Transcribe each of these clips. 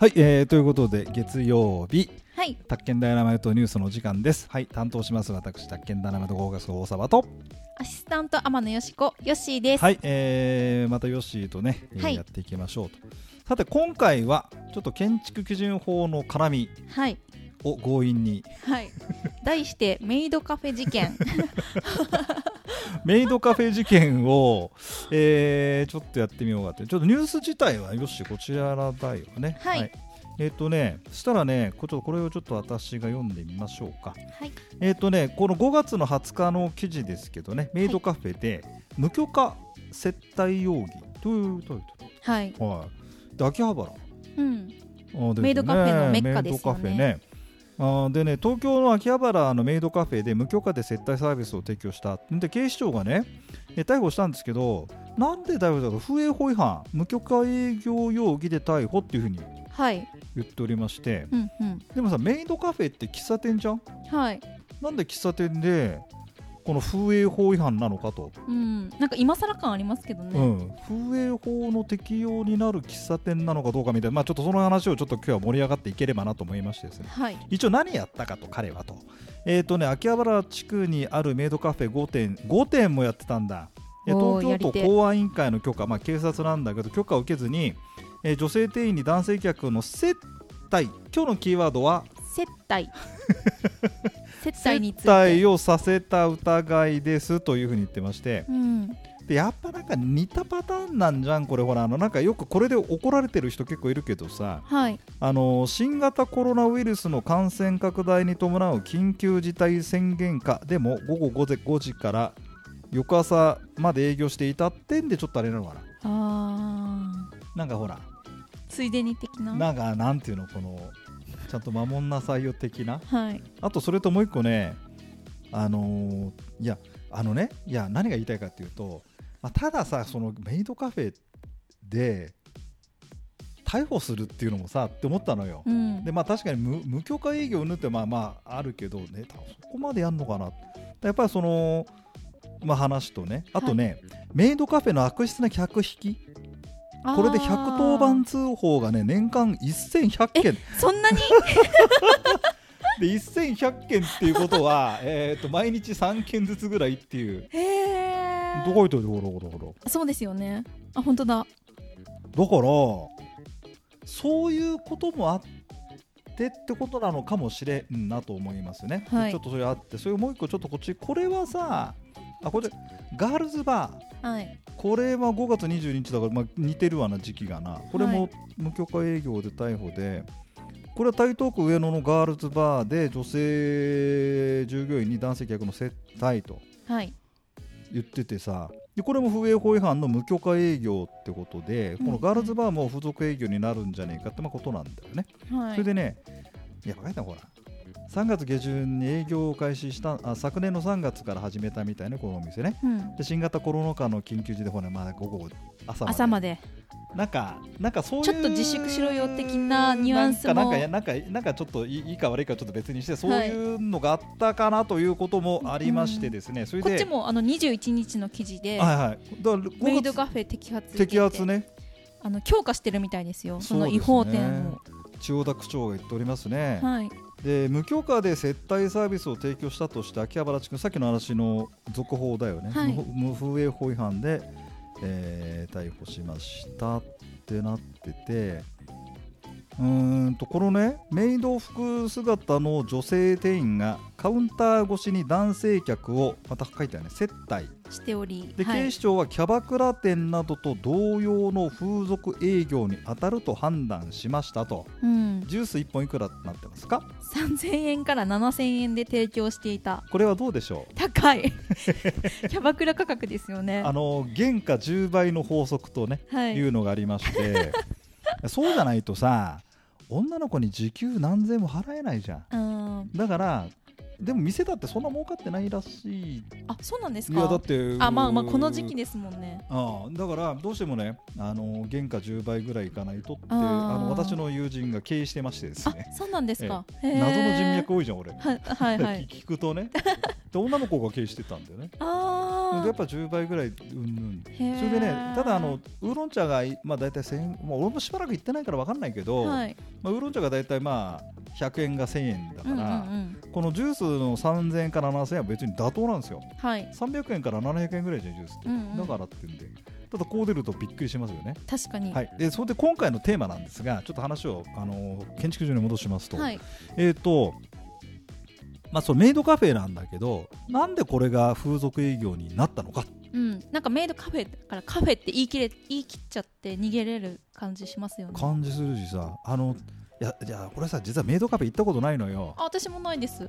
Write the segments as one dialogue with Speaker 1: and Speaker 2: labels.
Speaker 1: はい、えー、ということで月曜日
Speaker 2: はい、
Speaker 1: 宅建ダイナマイトニュースのお時間ですはい担当します私宅建ダイナマイト合格の大沢と
Speaker 2: アシスタント天野よしこ、よっしーです。
Speaker 1: はい、えー、またヨッシーとね、えー
Speaker 2: はい
Speaker 1: やっていきましょうとさて今回はちょっと建築基準法の絡み
Speaker 2: はい、
Speaker 1: を強引に
Speaker 2: はい、題してメイドカフェ事件。
Speaker 1: メイドカフェ事件を、えーちょっとやってみようかってちょっとニュース自体はよしこちらだよね
Speaker 2: はい
Speaker 1: えっ、とねそしたらねこちょっとこれをちょっと私が読んでみましょうか
Speaker 2: はい、
Speaker 1: えっ、とねこの5月の20日の記事ですけどねメイドカフェで無許可接待容疑というタイ
Speaker 2: はい、
Speaker 1: トルはいで秋葉原
Speaker 2: うん、
Speaker 1: あですね
Speaker 2: メイドカフェのメッカ
Speaker 1: メイ
Speaker 2: ですよね
Speaker 1: ドカフェねあーでね東京の秋葉原のメイドカフェで無許可で接待サービスを提供したで警視庁がねえ逮捕したんですけどなんで逮捕したか風営法違反無許可営業容疑で逮捕っていうふうに
Speaker 2: はい、
Speaker 1: 言っておりまして
Speaker 2: うん、うん、
Speaker 1: でもさメイドカフェって喫茶店じゃん
Speaker 2: はい、
Speaker 1: なんで喫茶店でこの風営法違反なのかと、
Speaker 2: うん、なんか今更感ありますけど
Speaker 1: う
Speaker 2: ね。
Speaker 1: ん、風営法の適用になる喫茶店なのかどうかみたいな、まあ、ちょっとその話をちょっと今日は盛り上がっていければなと思いましてですね
Speaker 2: はい、
Speaker 1: 一応何やったかと彼はと,、えーとね、秋葉原地区にあるメイドカフェ5店 ,5 店もやってたんだえ
Speaker 2: お
Speaker 1: 東
Speaker 2: ー
Speaker 1: 京都
Speaker 2: やり手
Speaker 1: 公安委員会の許可、まあ、警察なんだけど許可を受けずに、えー女性店員に男性客の接待今日のキーワードは
Speaker 2: 接 待。接待につい
Speaker 1: 接待
Speaker 2: て。
Speaker 1: をさせた疑いですというふうに言ってまして
Speaker 2: うん、
Speaker 1: でやっぱなんか似たパターンなんじゃんこれほらあのなんかよくこれで怒られてる人結構いるけどさ
Speaker 2: はい、
Speaker 1: あの新型コロナウイルスの感染拡大に伴う緊急事態宣言下でも午後5時 ,5 時から翌朝まで営業していたってんでちょっとあれなのかな
Speaker 2: ああ、
Speaker 1: なんかほら
Speaker 2: ついでに的な。
Speaker 1: なんかなんていうのこのちゃんと守んなさいよ的な
Speaker 2: はい、
Speaker 1: あとそれともう一個ねあのーいやあのねいや何が言いたいかっていうと、まあ、たださそのメイドカフェで逮捕するっていうのもさって思ったのよ、
Speaker 2: うん
Speaker 1: で、まあ確かに無無許可営業ぬってまあまああるけどねたそこまでやんのかなやっぱりそのまあ話とねあとね、メイドカフェの悪質な客引きこれで110番
Speaker 2: あ
Speaker 1: 通報がね年間1100件
Speaker 2: ー。そ んなに。
Speaker 1: で1100件っていうことは えーと毎日3件ずつぐらいっていう
Speaker 2: へえ。
Speaker 1: どこいといてほらほらほ
Speaker 2: そうですよね。あ、本当だ。
Speaker 1: らだからそういうこともあってってことなのかもしれんなと思いますね、
Speaker 2: はい
Speaker 1: でちょっとそれあってそれもう一個ちょっとこっちこれはさあこれガールズバー
Speaker 2: はい、
Speaker 1: これは5月22日だから、まあ、似てるわな時期がなこれ
Speaker 2: は
Speaker 1: も無許可営業で逮捕で、これは台東区上野のガールズバーで女性従業員に男性客の接待と
Speaker 2: はい、
Speaker 1: 言っててさでこれも不衛法違反の無許可営業ってことで、このガールズバーも付属営業になるんじゃねえかってまあことなんだよね、
Speaker 2: はい。
Speaker 1: それでねいやバカだなほら3月下旬に営業を開始したあ昨年の3月から始めたみたいねこのお店ね
Speaker 2: うん、
Speaker 1: で新型コロナ禍の緊急時でほらまあ午後朝まで
Speaker 2: 朝まで
Speaker 1: なんかなんかそういう
Speaker 2: ちょっと自粛しろよ的なニュアンスも
Speaker 1: なんかなんかなんかなんかちょっといいいいか悪いかちょっと別にしてそういうのがあったかなということもありましてですね、それ
Speaker 2: こっ
Speaker 1: で
Speaker 2: ちもあの21日の記事で
Speaker 1: はいはいだから
Speaker 2: メイド
Speaker 1: 5月
Speaker 2: カフェ摘発って
Speaker 1: 摘発ね
Speaker 2: あの強化してるみたいですよそ
Speaker 1: そう
Speaker 2: の
Speaker 1: ですね
Speaker 2: 違法点を、
Speaker 1: 千代田区長が言っておりますね、
Speaker 2: はい
Speaker 1: で無許可で接待サービスを提供したとして秋葉原地区さっきの話の続報だよね、
Speaker 2: はい
Speaker 1: 無無風営法違反で、えー逮捕しましたってなっててうーんとこのねメイド服姿の女性店員がカウンター越しに男性客をまた書いてあるね接待
Speaker 2: しており
Speaker 1: で、
Speaker 2: はい
Speaker 1: 警視庁はキャバクラ店などと同様の風俗営業に当たると判断しましたと
Speaker 2: うん、
Speaker 1: ジュース1本いくらなってますか
Speaker 2: 3000円から7000円で提供していた
Speaker 1: これはどうでしょう
Speaker 2: 高 いキャバクラ価格ですよね
Speaker 1: あの原価10倍の法則とね、、
Speaker 2: はいいう
Speaker 1: のがありましてそうじゃないとさ女の子に時給何千も払えないじゃん
Speaker 2: あー
Speaker 1: だからでも店だってそんな儲かってないらしい
Speaker 2: あそうなんです
Speaker 1: いやだっ
Speaker 2: か
Speaker 1: て
Speaker 2: あまあまあこの時期
Speaker 1: で
Speaker 2: ですもんね
Speaker 1: ああだからどうしてもねあの原価10倍ぐらいいかないとって
Speaker 2: あ
Speaker 1: あ
Speaker 2: ー
Speaker 1: の私の友人が経営してましてです
Speaker 2: あ
Speaker 1: ね
Speaker 2: そうなんですか、へー
Speaker 1: 謎の人脈多いじゃん俺、
Speaker 2: ははいはい
Speaker 1: 聞くとねで女の子が経営してたんだよね
Speaker 2: あ
Speaker 1: で
Speaker 2: あ
Speaker 1: やっぱ10倍ぐらいうんうん
Speaker 2: それ
Speaker 1: それでねただあのウーロン茶が、まあ、大体1000円、まあ、俺もしばらく行ってないから分かんないけど、
Speaker 2: はい
Speaker 1: まあ、ウーロン茶が大体まあ100円が1000円だ
Speaker 2: う
Speaker 1: か
Speaker 2: ん
Speaker 1: ら、
Speaker 2: うんうん
Speaker 1: このジュースの3000円から7000円は別に妥当なんですよ
Speaker 2: はい
Speaker 1: 300円から700円ぐらいじゃんジュースって、
Speaker 2: うんうん
Speaker 1: だからってんでただこう出るとびっくりしますよね、
Speaker 2: 確かに
Speaker 1: はい、でそれで今回のテーマなんですがちょっと話を、あのー建築上に戻しますと、
Speaker 2: はい
Speaker 1: えっ、とまあ、そのメイドカフェなんだけどなんでこれが風俗営業になったのか
Speaker 2: うん、なんかメイドカフェだからカフェって言い切れ言い切っちゃって逃げれる感じしますよね
Speaker 1: 感じするしさあのいやいや俺さ実はメイドカフェ行ったことないのよ
Speaker 2: あ私もないです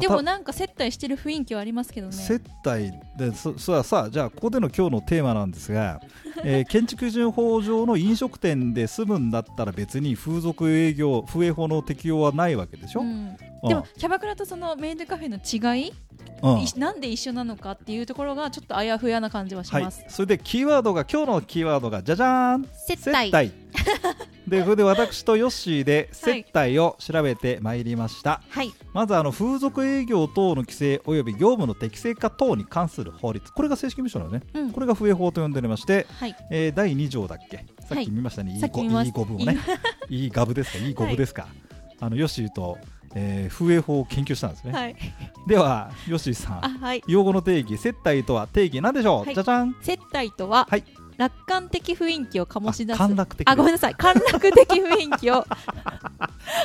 Speaker 2: でも
Speaker 1: はた
Speaker 2: なんか接待してる雰囲気はありますけどね
Speaker 1: 接待でそそれはさじゃあここでの今日のテーマなんです が、えー建築基準法上の飲食店で住むんだったら別に風俗営業風営法の適用はないわけでしょ、
Speaker 2: うん、
Speaker 1: うん
Speaker 2: でもキャバクラとそのメイドカフェの違い、
Speaker 1: うん
Speaker 2: いなんで一緒なのかっていうところがちょっとあやふやな感じはし
Speaker 1: はい
Speaker 2: ます、、
Speaker 1: それでキーワードが今日のキーワードがじゃじゃーん
Speaker 2: 接待
Speaker 1: でそれで私とヨッシーで接待を調べてまいりました、
Speaker 2: はい
Speaker 1: まずあの風俗営業等の規制及び業務の適正化等に関する法律これが正式務所なのね
Speaker 2: うん
Speaker 1: これが不衛法と呼んでおりまして、
Speaker 2: はい
Speaker 1: えー第2条だっけさっき見ましたね、い、い
Speaker 2: さっき見ました
Speaker 1: 語文をね いいガブですかいい語文ですか、あのヨッシーと、えー、風営法を研究したんですね、
Speaker 2: はい
Speaker 1: ではヨッシーさ
Speaker 2: あ
Speaker 1: ん
Speaker 2: はい
Speaker 1: 用語の定義接待とは定義なんでしょう、
Speaker 2: はい
Speaker 1: じゃじゃん
Speaker 2: 接待とは、
Speaker 1: はい
Speaker 2: 楽観的雰囲気を醸し出す
Speaker 1: あ陥落的
Speaker 2: あごめんなさい陥落的雰囲気を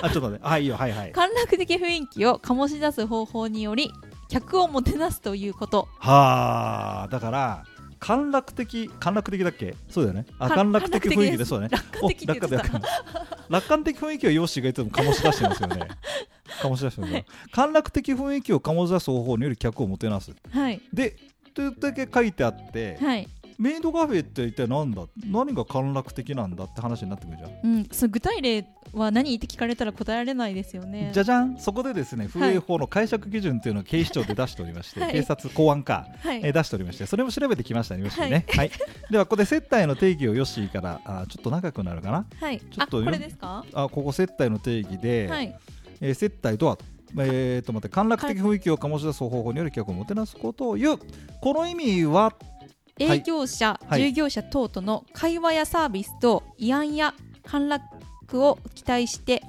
Speaker 1: あちょっとねあいいよはいはい
Speaker 2: 陥落的雰囲気を醸し出す方法により客をもてなすということ
Speaker 1: はあだから陥落的陥落的だっけそうだよねあ
Speaker 2: か
Speaker 1: 陥落的雰囲気
Speaker 2: 陥落的
Speaker 1: で
Speaker 2: です
Speaker 1: そうだね
Speaker 2: 楽観的って言って
Speaker 1: お
Speaker 2: た
Speaker 1: 楽観楽観的雰囲気をヨッシーがいつも醸し出してますよね醸し出してますよ、陥落的雰囲気を醸し出す方法により客をもてなす
Speaker 2: はい
Speaker 1: でというだけ書いてあって、
Speaker 2: はい、
Speaker 1: メイドカフェって一体何だ何が陥落的なんだって話になってくるじゃん、
Speaker 2: うん、その具体例は何って聞かれたら答えられないですよね
Speaker 1: じゃじゃんそこでですね風営法の解釈基準っていうのを警視庁で出しておりまして、
Speaker 2: はい
Speaker 1: 警察公安課
Speaker 2: は
Speaker 1: えー
Speaker 2: い
Speaker 1: 出しておりましてそれも調べてきましたね、ヨッシーね。はい、ではここで接待の定義をヨッシーからあーちょっと長くなるかな。
Speaker 2: はい
Speaker 1: ちょ
Speaker 2: あ
Speaker 1: っと
Speaker 2: こ
Speaker 1: よ
Speaker 2: れですか
Speaker 1: あここ接待の定義で、
Speaker 2: はい
Speaker 1: えー接待とはえー、と待って陥落的雰囲気を醸し出す方法により客をもてなすことを言うこの意味ははい
Speaker 2: 営業者、
Speaker 1: はい
Speaker 2: 従業者等との会話やサービスと慰安や陥落を期待して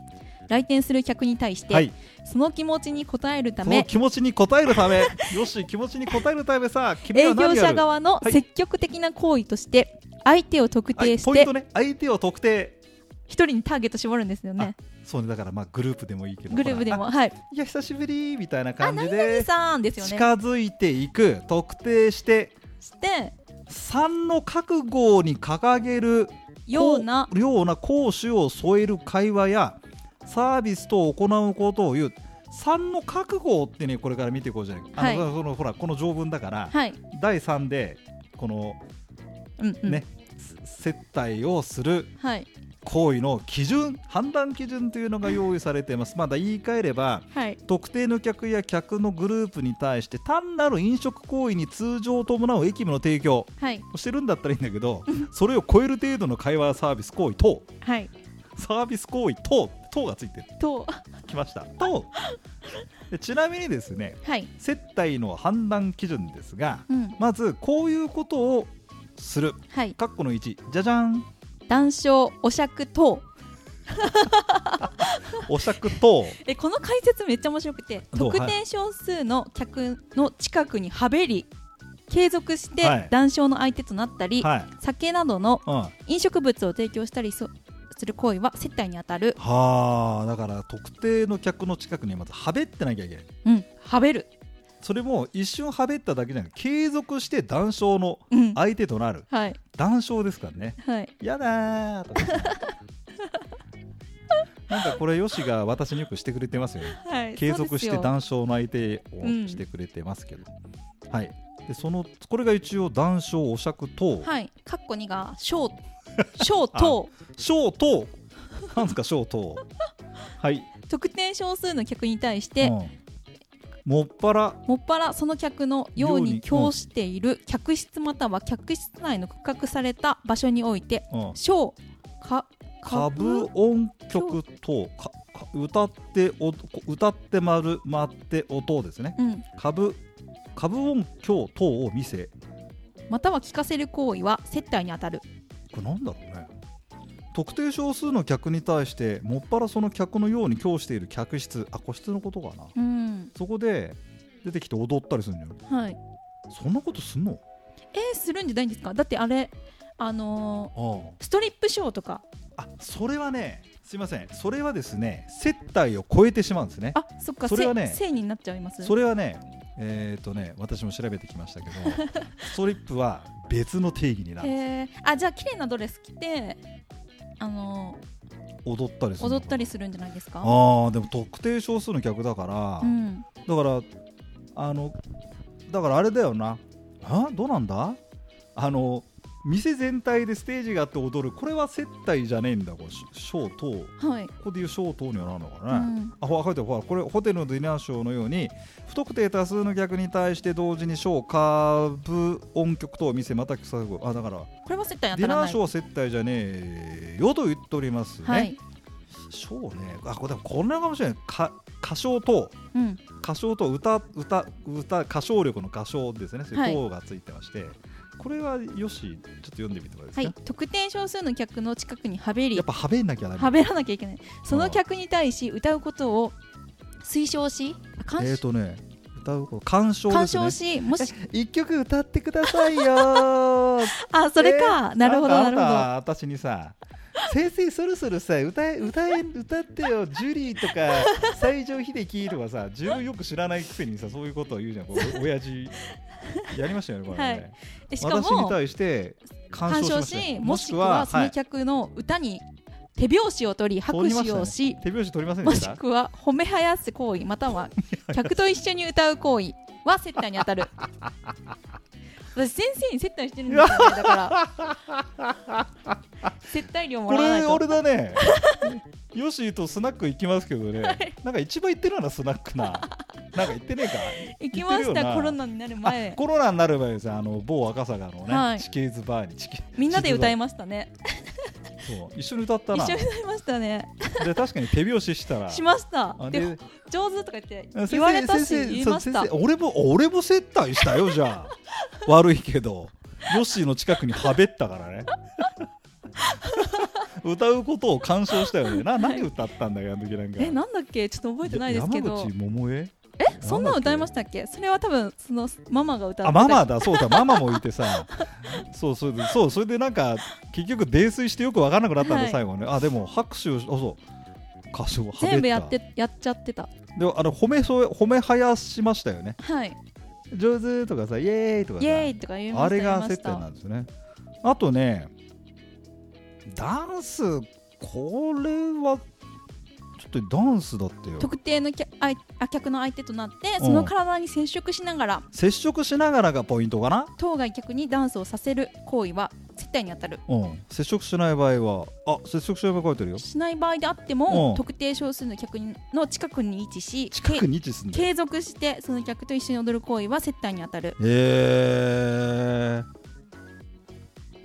Speaker 2: 来店する客に対して、
Speaker 1: はい
Speaker 2: その気持ちに応えるた
Speaker 1: その
Speaker 2: め
Speaker 1: 気持ちに応えるため ヨッシー気持ちに応えるためさ君
Speaker 2: 営
Speaker 1: は
Speaker 2: 業
Speaker 1: 何や
Speaker 2: 者
Speaker 1: る
Speaker 2: 側の
Speaker 1: はい
Speaker 2: 積極的な行為として相手を特
Speaker 1: はい
Speaker 2: 定し
Speaker 1: ポイン
Speaker 2: て
Speaker 1: トね相手を特定
Speaker 2: 一人にターゲット絞るんですよね
Speaker 1: そうねだからまあグループでもいいけど
Speaker 2: グループで
Speaker 1: ほ
Speaker 2: も
Speaker 1: らあ
Speaker 2: はい
Speaker 1: いや久しぶりみたいな
Speaker 2: あ
Speaker 1: 感じ
Speaker 2: 何々
Speaker 1: で
Speaker 2: さんですよね
Speaker 1: 近づいていく特定して
Speaker 2: して
Speaker 1: 3の覚悟に掲げる
Speaker 2: ような
Speaker 1: こうような講師を添える会話やサービスと行うことを言う3の覚悟ってねこれから見ていこうじゃないあの、そのほらこの条文だから、
Speaker 2: はい
Speaker 1: 第3でこの
Speaker 2: うんうん
Speaker 1: ね、接待をする
Speaker 2: はい
Speaker 1: 行為の基準判断基準というのが用意されていますまだ言い換えれば
Speaker 2: はい
Speaker 1: 特定の客や客のグループに対して単なる飲食行為に通常を伴う駅務の提供
Speaker 2: はい
Speaker 1: してるんだったらいいんだけどそれを超える程度の会話サービス行為等
Speaker 2: はい
Speaker 1: サービス行為等等がついて
Speaker 2: と
Speaker 1: きました等でちなみにですね
Speaker 2: はい
Speaker 1: 接待の判断基準ですが
Speaker 2: うん
Speaker 1: まずこういうことをする
Speaker 2: はい
Speaker 1: 括弧の1じゃじゃん
Speaker 2: 談笑お酌等
Speaker 1: お酌等
Speaker 2: えこの解説めっちゃ面白くて
Speaker 1: どう
Speaker 2: 特定少数の客の近くにはべり継続し
Speaker 1: はい
Speaker 2: て談笑の相手となったり、
Speaker 1: はい、
Speaker 2: 酒などの
Speaker 1: うん、は
Speaker 2: 飲食物を提供したりそする行為は接待にあたる
Speaker 1: あだから特定の客の近くにまずはべってなきゃいけない
Speaker 2: うんはべる
Speaker 1: それも一瞬はべっただけじゃなく継続して談笑の
Speaker 2: うん
Speaker 1: 相手となる
Speaker 2: はい
Speaker 1: 談笑ですからね
Speaker 2: はい
Speaker 1: やだーと かなんかこれよしが私によくしてくれてますよね
Speaker 2: はい
Speaker 1: 継続して
Speaker 2: そうです
Speaker 1: 談
Speaker 2: よ
Speaker 1: 笑の相手を
Speaker 2: うん
Speaker 1: してくれてますけど、はいでそのこれが一応談笑お酌等
Speaker 2: はいカッコ2が小 小等
Speaker 1: 小等なんですか小等はい
Speaker 2: 特定少数の客に対して
Speaker 1: うんもっぱら
Speaker 2: もっぱらその客のよう
Speaker 1: よう
Speaker 2: に
Speaker 1: に
Speaker 2: 供している客室または客室内の区画された場所において
Speaker 1: うん
Speaker 2: 小か
Speaker 1: 株音曲等かか歌ってお歌って回る回って音ですね
Speaker 2: うん、
Speaker 1: 株株音響等を見せ
Speaker 2: または聞かせる行為は接待にあたる
Speaker 1: これなんだろうね特定少数の客に対してもっぱらその客のように供している客室あ個室のことかな
Speaker 2: うん
Speaker 1: そこで出てきて踊ったりするんじゃない
Speaker 2: はい
Speaker 1: そんなことすんの
Speaker 2: えーするんじゃないんですかだってあれあの
Speaker 1: あ
Speaker 2: ーストリップショーとか
Speaker 1: ああそれはねすいませんそれはですね接待を超えてしまうんですね
Speaker 2: あそっか
Speaker 1: それはね
Speaker 2: せ性になっちゃいます
Speaker 1: それはねえっ、とね私も調べてきま したけどストリップは別の定義になる
Speaker 2: へーあじゃあ綺麗なドレス着てあの
Speaker 1: 踊ったりす
Speaker 2: ー
Speaker 1: るの
Speaker 2: 踊
Speaker 1: か
Speaker 2: ったりするんじゃないです
Speaker 1: あ
Speaker 2: か
Speaker 1: ーでも特定少数の客だから、
Speaker 2: うん
Speaker 1: だからあのだからあれだよなあどうなんだあの店全体でステージがあって踊るこれは接待じゃねえんだこれシショーと
Speaker 2: はい、
Speaker 1: ここでいうショー等にはなるのか
Speaker 2: う
Speaker 1: な、
Speaker 2: ん、
Speaker 1: あほら書いてあるほらこれホテルのディナーショーのように不特定多数の客に対して同時にショーカーブ音曲等を見せまたくさぐあだから
Speaker 2: これは接待
Speaker 1: デ
Speaker 2: に当
Speaker 1: ィ
Speaker 2: たら
Speaker 1: ナー
Speaker 2: ない
Speaker 1: ショーは接待じゃねえよと言っておりますね、
Speaker 2: はい、
Speaker 1: ショーねあこれでもこんなのかもしれないか歌唱等
Speaker 2: うん、
Speaker 1: 歌唱と歌歌歌歌唱力の歌唱ですねそう
Speaker 2: はいい
Speaker 1: 等
Speaker 2: う
Speaker 1: がついてまして、これはよしちょっと読んでみてもらえます
Speaker 2: は
Speaker 1: か、
Speaker 2: い、特定少数の客の近くにはべり
Speaker 1: やっぱはべんなきゃダメ
Speaker 2: はべらなきゃいけないその客に対し歌うことを推奨し鑑
Speaker 1: え
Speaker 2: 賞
Speaker 1: ー、とね歌うこと鑑賞で
Speaker 2: 鑑
Speaker 1: す
Speaker 2: 賞
Speaker 1: ね
Speaker 2: しもし
Speaker 1: 一曲歌ってくださいよー
Speaker 2: あ それか、なるほど
Speaker 1: あ
Speaker 2: なんる
Speaker 1: た
Speaker 2: ほど
Speaker 1: あんた私にさ先生そろそろさ歌え歌え歌ってよジュリーと か西城秀樹とかさ自分よく知らないくせにさそういうことを言うじゃんこうお親父やりましたよねこれね、
Speaker 2: はいでしか
Speaker 1: 私に
Speaker 2: も
Speaker 1: 対して干
Speaker 2: 鑑
Speaker 1: 渉し
Speaker 2: 賞
Speaker 1: ました
Speaker 2: し
Speaker 1: ね
Speaker 2: もしくはそ
Speaker 1: は
Speaker 2: の
Speaker 1: い
Speaker 2: 客の歌に手拍子を取り拍手をし
Speaker 1: 手拍子取りません
Speaker 2: も
Speaker 1: でし
Speaker 2: したくは褒めはやす行為または客と一緒に歌う行為は接待に当た る私先生に接待してるんですよねだから接待料も
Speaker 1: こ
Speaker 2: らわない
Speaker 1: れ
Speaker 2: と
Speaker 1: 俺だねヨシーとスナック行きますけどね、なんか一番行ってるようなスナックななんか行ってねえ
Speaker 2: 行きまし
Speaker 1: 言ってるよ
Speaker 2: た
Speaker 1: な
Speaker 2: コロナになる
Speaker 1: か、あ
Speaker 2: 前
Speaker 1: コロナになる前ですねあの某赤坂のね、
Speaker 2: はい
Speaker 1: チケーズバーにチケ
Speaker 2: みんなで歌い
Speaker 1: ま
Speaker 2: ましたね
Speaker 1: そう一緒に歌った
Speaker 2: 一
Speaker 1: な
Speaker 2: 緒に歌いましたね
Speaker 1: で確かに手拍子したら
Speaker 2: しました
Speaker 1: あ
Speaker 2: で
Speaker 1: で
Speaker 2: 上手とか言って
Speaker 1: 先生
Speaker 2: 言われた
Speaker 1: 先
Speaker 2: し
Speaker 1: 生
Speaker 2: 言い
Speaker 1: そう
Speaker 2: ました
Speaker 1: 先生俺も俺も接待したよじ ゃあ悪いけどヨッシーの近くにはべったから ね歌うことを鑑賞したよねな何歌ったんだよあの時なんか
Speaker 2: えなんだっけちょっと覚えてないですけ
Speaker 1: や
Speaker 2: ど
Speaker 1: 山口百恵
Speaker 2: えそんなの歌いましたっけそれは多分そのママが歌って
Speaker 1: あママだそうだママもいてさそうそれでそうそれでなんか結局泥酔してよく分からなくなったんだ、
Speaker 2: はい
Speaker 1: 最後ねあでも拍手をしあそう歌唱はべた
Speaker 2: 全部やってやっちゃってた
Speaker 1: であの褒めそう褒めはやしましたよね
Speaker 2: はい
Speaker 1: 上手とかさイエーイとか
Speaker 2: イ
Speaker 1: さ
Speaker 2: エーイとか言いました
Speaker 1: あれが接
Speaker 2: 言いました
Speaker 1: 点なんですね。あとね、ダンス、これは、ちょっとダンスだってよ。
Speaker 2: 特定の客あいあ客の相手となって
Speaker 1: ん
Speaker 2: その体に接触しながら
Speaker 1: 接触しながらがポイントかな、
Speaker 2: 当該客にダンスをさせる行為は接待に当たる
Speaker 1: うん、接触しない場合は、あ接触しない場合書いてるよ。
Speaker 2: しない場合であって
Speaker 1: う
Speaker 2: も
Speaker 1: ん
Speaker 2: 特定少数の客の近くに位置し
Speaker 1: 近くに位置すんだよ。
Speaker 2: 継続してその客と一緒に踊る行為は接待に当たる
Speaker 1: えー、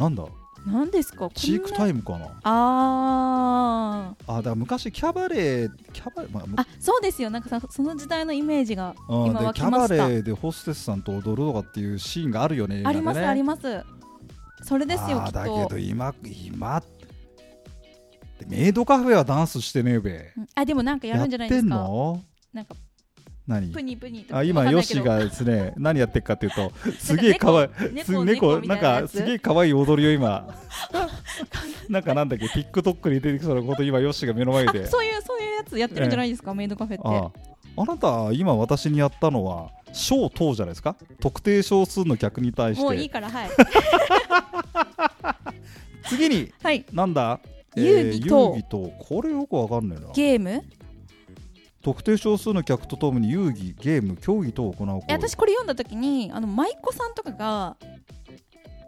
Speaker 1: なんだ、
Speaker 2: 何ですかこんな
Speaker 1: チークタイムかな。
Speaker 2: あー
Speaker 1: あ、だから昔キャバレー、キャバレー、まあ、
Speaker 2: あそうですよなんかさその時代のイメージが
Speaker 1: うん
Speaker 2: 今湧
Speaker 1: で
Speaker 2: き
Speaker 1: キャ
Speaker 2: ま
Speaker 1: バ
Speaker 2: した
Speaker 1: レーでホステスさんと踊るとかっていうシーンがあるよね。映
Speaker 2: あ
Speaker 1: 画で
Speaker 2: り
Speaker 1: ね
Speaker 2: ますありますそれですよ
Speaker 1: あー
Speaker 2: きっ
Speaker 1: だけ
Speaker 2: と
Speaker 1: ど今今でメイドカフェはダンスしてねえべ
Speaker 2: うんあでもなんかやるんじゃないです
Speaker 1: てん
Speaker 2: か
Speaker 1: の
Speaker 2: なんか
Speaker 1: 何
Speaker 2: プニプニとか
Speaker 1: あ今
Speaker 2: わかん
Speaker 1: ヨ
Speaker 2: な
Speaker 1: ッ
Speaker 2: いけ
Speaker 1: シ
Speaker 2: ど
Speaker 1: ーがです ね何やってるかっていうとすげえ可愛いす猫
Speaker 2: 猫猫みた
Speaker 1: ないん
Speaker 2: なや
Speaker 1: か
Speaker 2: つ
Speaker 1: すげえ可愛い踊りよ今 なんかなんだっけ TikTok に出てきそうなこと今ヨッシーが目の前で
Speaker 2: あそういうそういうやつやってるんじゃないですか、メイドカフェって
Speaker 1: あああなた今私にやったのはショー等じゃないですか特定少数の客に対し
Speaker 2: もういい
Speaker 1: て
Speaker 2: からはい
Speaker 1: 次に
Speaker 2: はい
Speaker 1: なんだ
Speaker 2: 遊戯等
Speaker 1: えー遊戯等これよくわかんないな
Speaker 2: ゲーム
Speaker 1: 特定少数の客とともに遊戯ゲーム競技等を行う行為
Speaker 2: え私これ読んだ時にあの舞妓さんとかが
Speaker 1: あ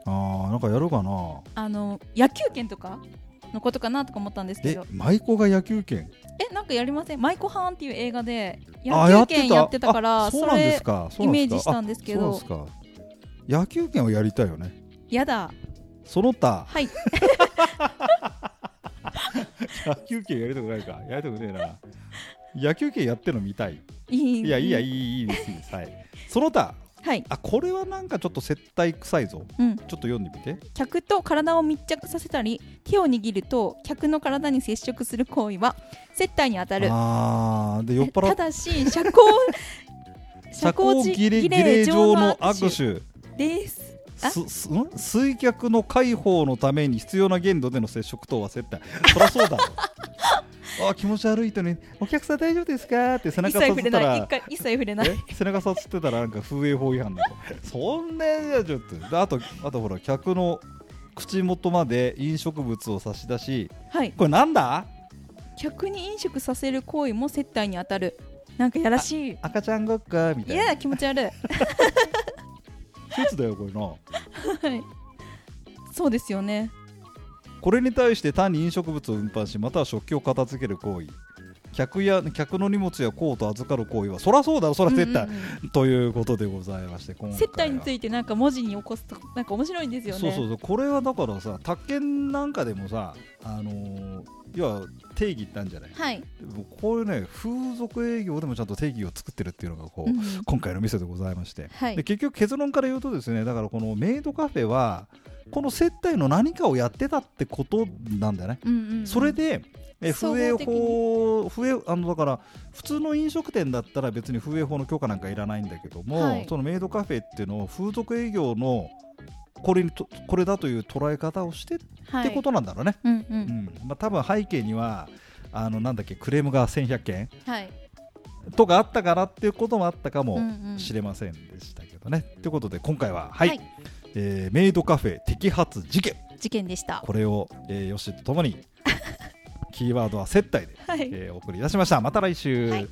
Speaker 1: ーなんかやるかな
Speaker 2: あの野球拳とかのことかなとか思ったんですけ
Speaker 1: え
Speaker 2: ど
Speaker 1: 舞妓が野球拳
Speaker 2: えなんかやりません「マイコハーン」っていう映画で
Speaker 1: あ
Speaker 2: 野球拳やってたから
Speaker 1: あ
Speaker 2: そ
Speaker 1: そうなんです
Speaker 2: れ
Speaker 1: か
Speaker 2: イメージしたんですすけど
Speaker 1: そうなんですか野球拳をやりたいよね
Speaker 2: やだ
Speaker 1: その 他
Speaker 2: はい
Speaker 1: 野球拳やりたくないかやりたくねえな野球拳やってるの見たい
Speaker 2: いい
Speaker 1: いやいいやい
Speaker 2: い
Speaker 1: いいいですいいですはいその他
Speaker 2: はい
Speaker 1: あこれはなんかちょっと接待臭いぞ
Speaker 2: うん
Speaker 1: ちょっと読んでみて
Speaker 2: 客と体を密着させたり手を握ると客の体に接触する行為は接待に当たる
Speaker 1: あーで酔っ払
Speaker 2: た
Speaker 1: っ
Speaker 2: だし社 交社交
Speaker 1: ギ
Speaker 2: 辞
Speaker 1: レ
Speaker 2: 令
Speaker 1: 儀礼上
Speaker 2: 上の
Speaker 1: の
Speaker 2: 握
Speaker 1: 握手
Speaker 2: 手ですあ
Speaker 1: すすん水客の解放のために必要な限度での接触等は接待そりゃそうだ ろあ気持ち悪いとねお客さん大丈夫ですかって背
Speaker 2: 一
Speaker 1: 中
Speaker 2: 切
Speaker 1: さ
Speaker 2: 触
Speaker 1: す
Speaker 2: れ
Speaker 1: った
Speaker 2: ない一
Speaker 1: ら
Speaker 2: 回一切触れない
Speaker 1: え背中さすってたらなんか風営法違反だとそんなじゃちょっとであとあとほら客の口元まで飲食物を差し出し
Speaker 2: はい
Speaker 1: これなんだ
Speaker 2: 客に飲食させる行為も接待に当たるなんかやらしい
Speaker 1: 赤ちゃんごっこみた
Speaker 2: い
Speaker 1: いな
Speaker 2: や気持ち悪い
Speaker 1: 季節だよこれな
Speaker 2: はいそうですよね
Speaker 1: これに対して単に飲食物を運搬しまたは食器を片付ける行為客や客の荷物やコートを預かる行為はそらそうだろそら接待、
Speaker 2: うんうんうん
Speaker 1: ということでございまして今回は
Speaker 2: 接待についてなんか文字に起こすとなんか面白いんですよね
Speaker 1: そうそうそうこれはだからさ宅建なんかでもさあのー要は定義ってあるんじゃない
Speaker 2: はい、
Speaker 1: でもこういうね風俗営業でもちゃんと定義を作ってるっていうのがこう、
Speaker 2: うん
Speaker 1: 今回の店でございまして、
Speaker 2: は
Speaker 1: で
Speaker 2: い
Speaker 1: 結局結論から言うとですねだからこのメイドカフェはこの接待の何かをやってたってことなんだよね
Speaker 2: うんうんうん
Speaker 1: それで、え
Speaker 2: 総合
Speaker 1: 風営
Speaker 2: 的に
Speaker 1: 法風営あのだから普通の飲食店だったら別に風営法の許可なんかいらないんだけども、
Speaker 2: はい
Speaker 1: そのメイドカフェっていうのを風俗営業のこれにとこれだという捉え方をしてっ
Speaker 2: はい
Speaker 1: てことなんだろうね、
Speaker 2: うんう
Speaker 1: うん
Speaker 2: ん
Speaker 1: まあ、多分背景にはあのなんだっけクレームが1100件
Speaker 2: はい
Speaker 1: とかあったからっていうこともあったか
Speaker 2: うん
Speaker 1: も
Speaker 2: うん
Speaker 1: しれませんでしたけどね。と、いうことで今回は、はい
Speaker 2: はい
Speaker 1: えーメイドカフェ摘発事件
Speaker 2: 事件でした
Speaker 1: これを、えー、 ヨッシーとともにキーワードは接待で
Speaker 2: はい
Speaker 1: えーお送りいたしました。また来週。
Speaker 2: はい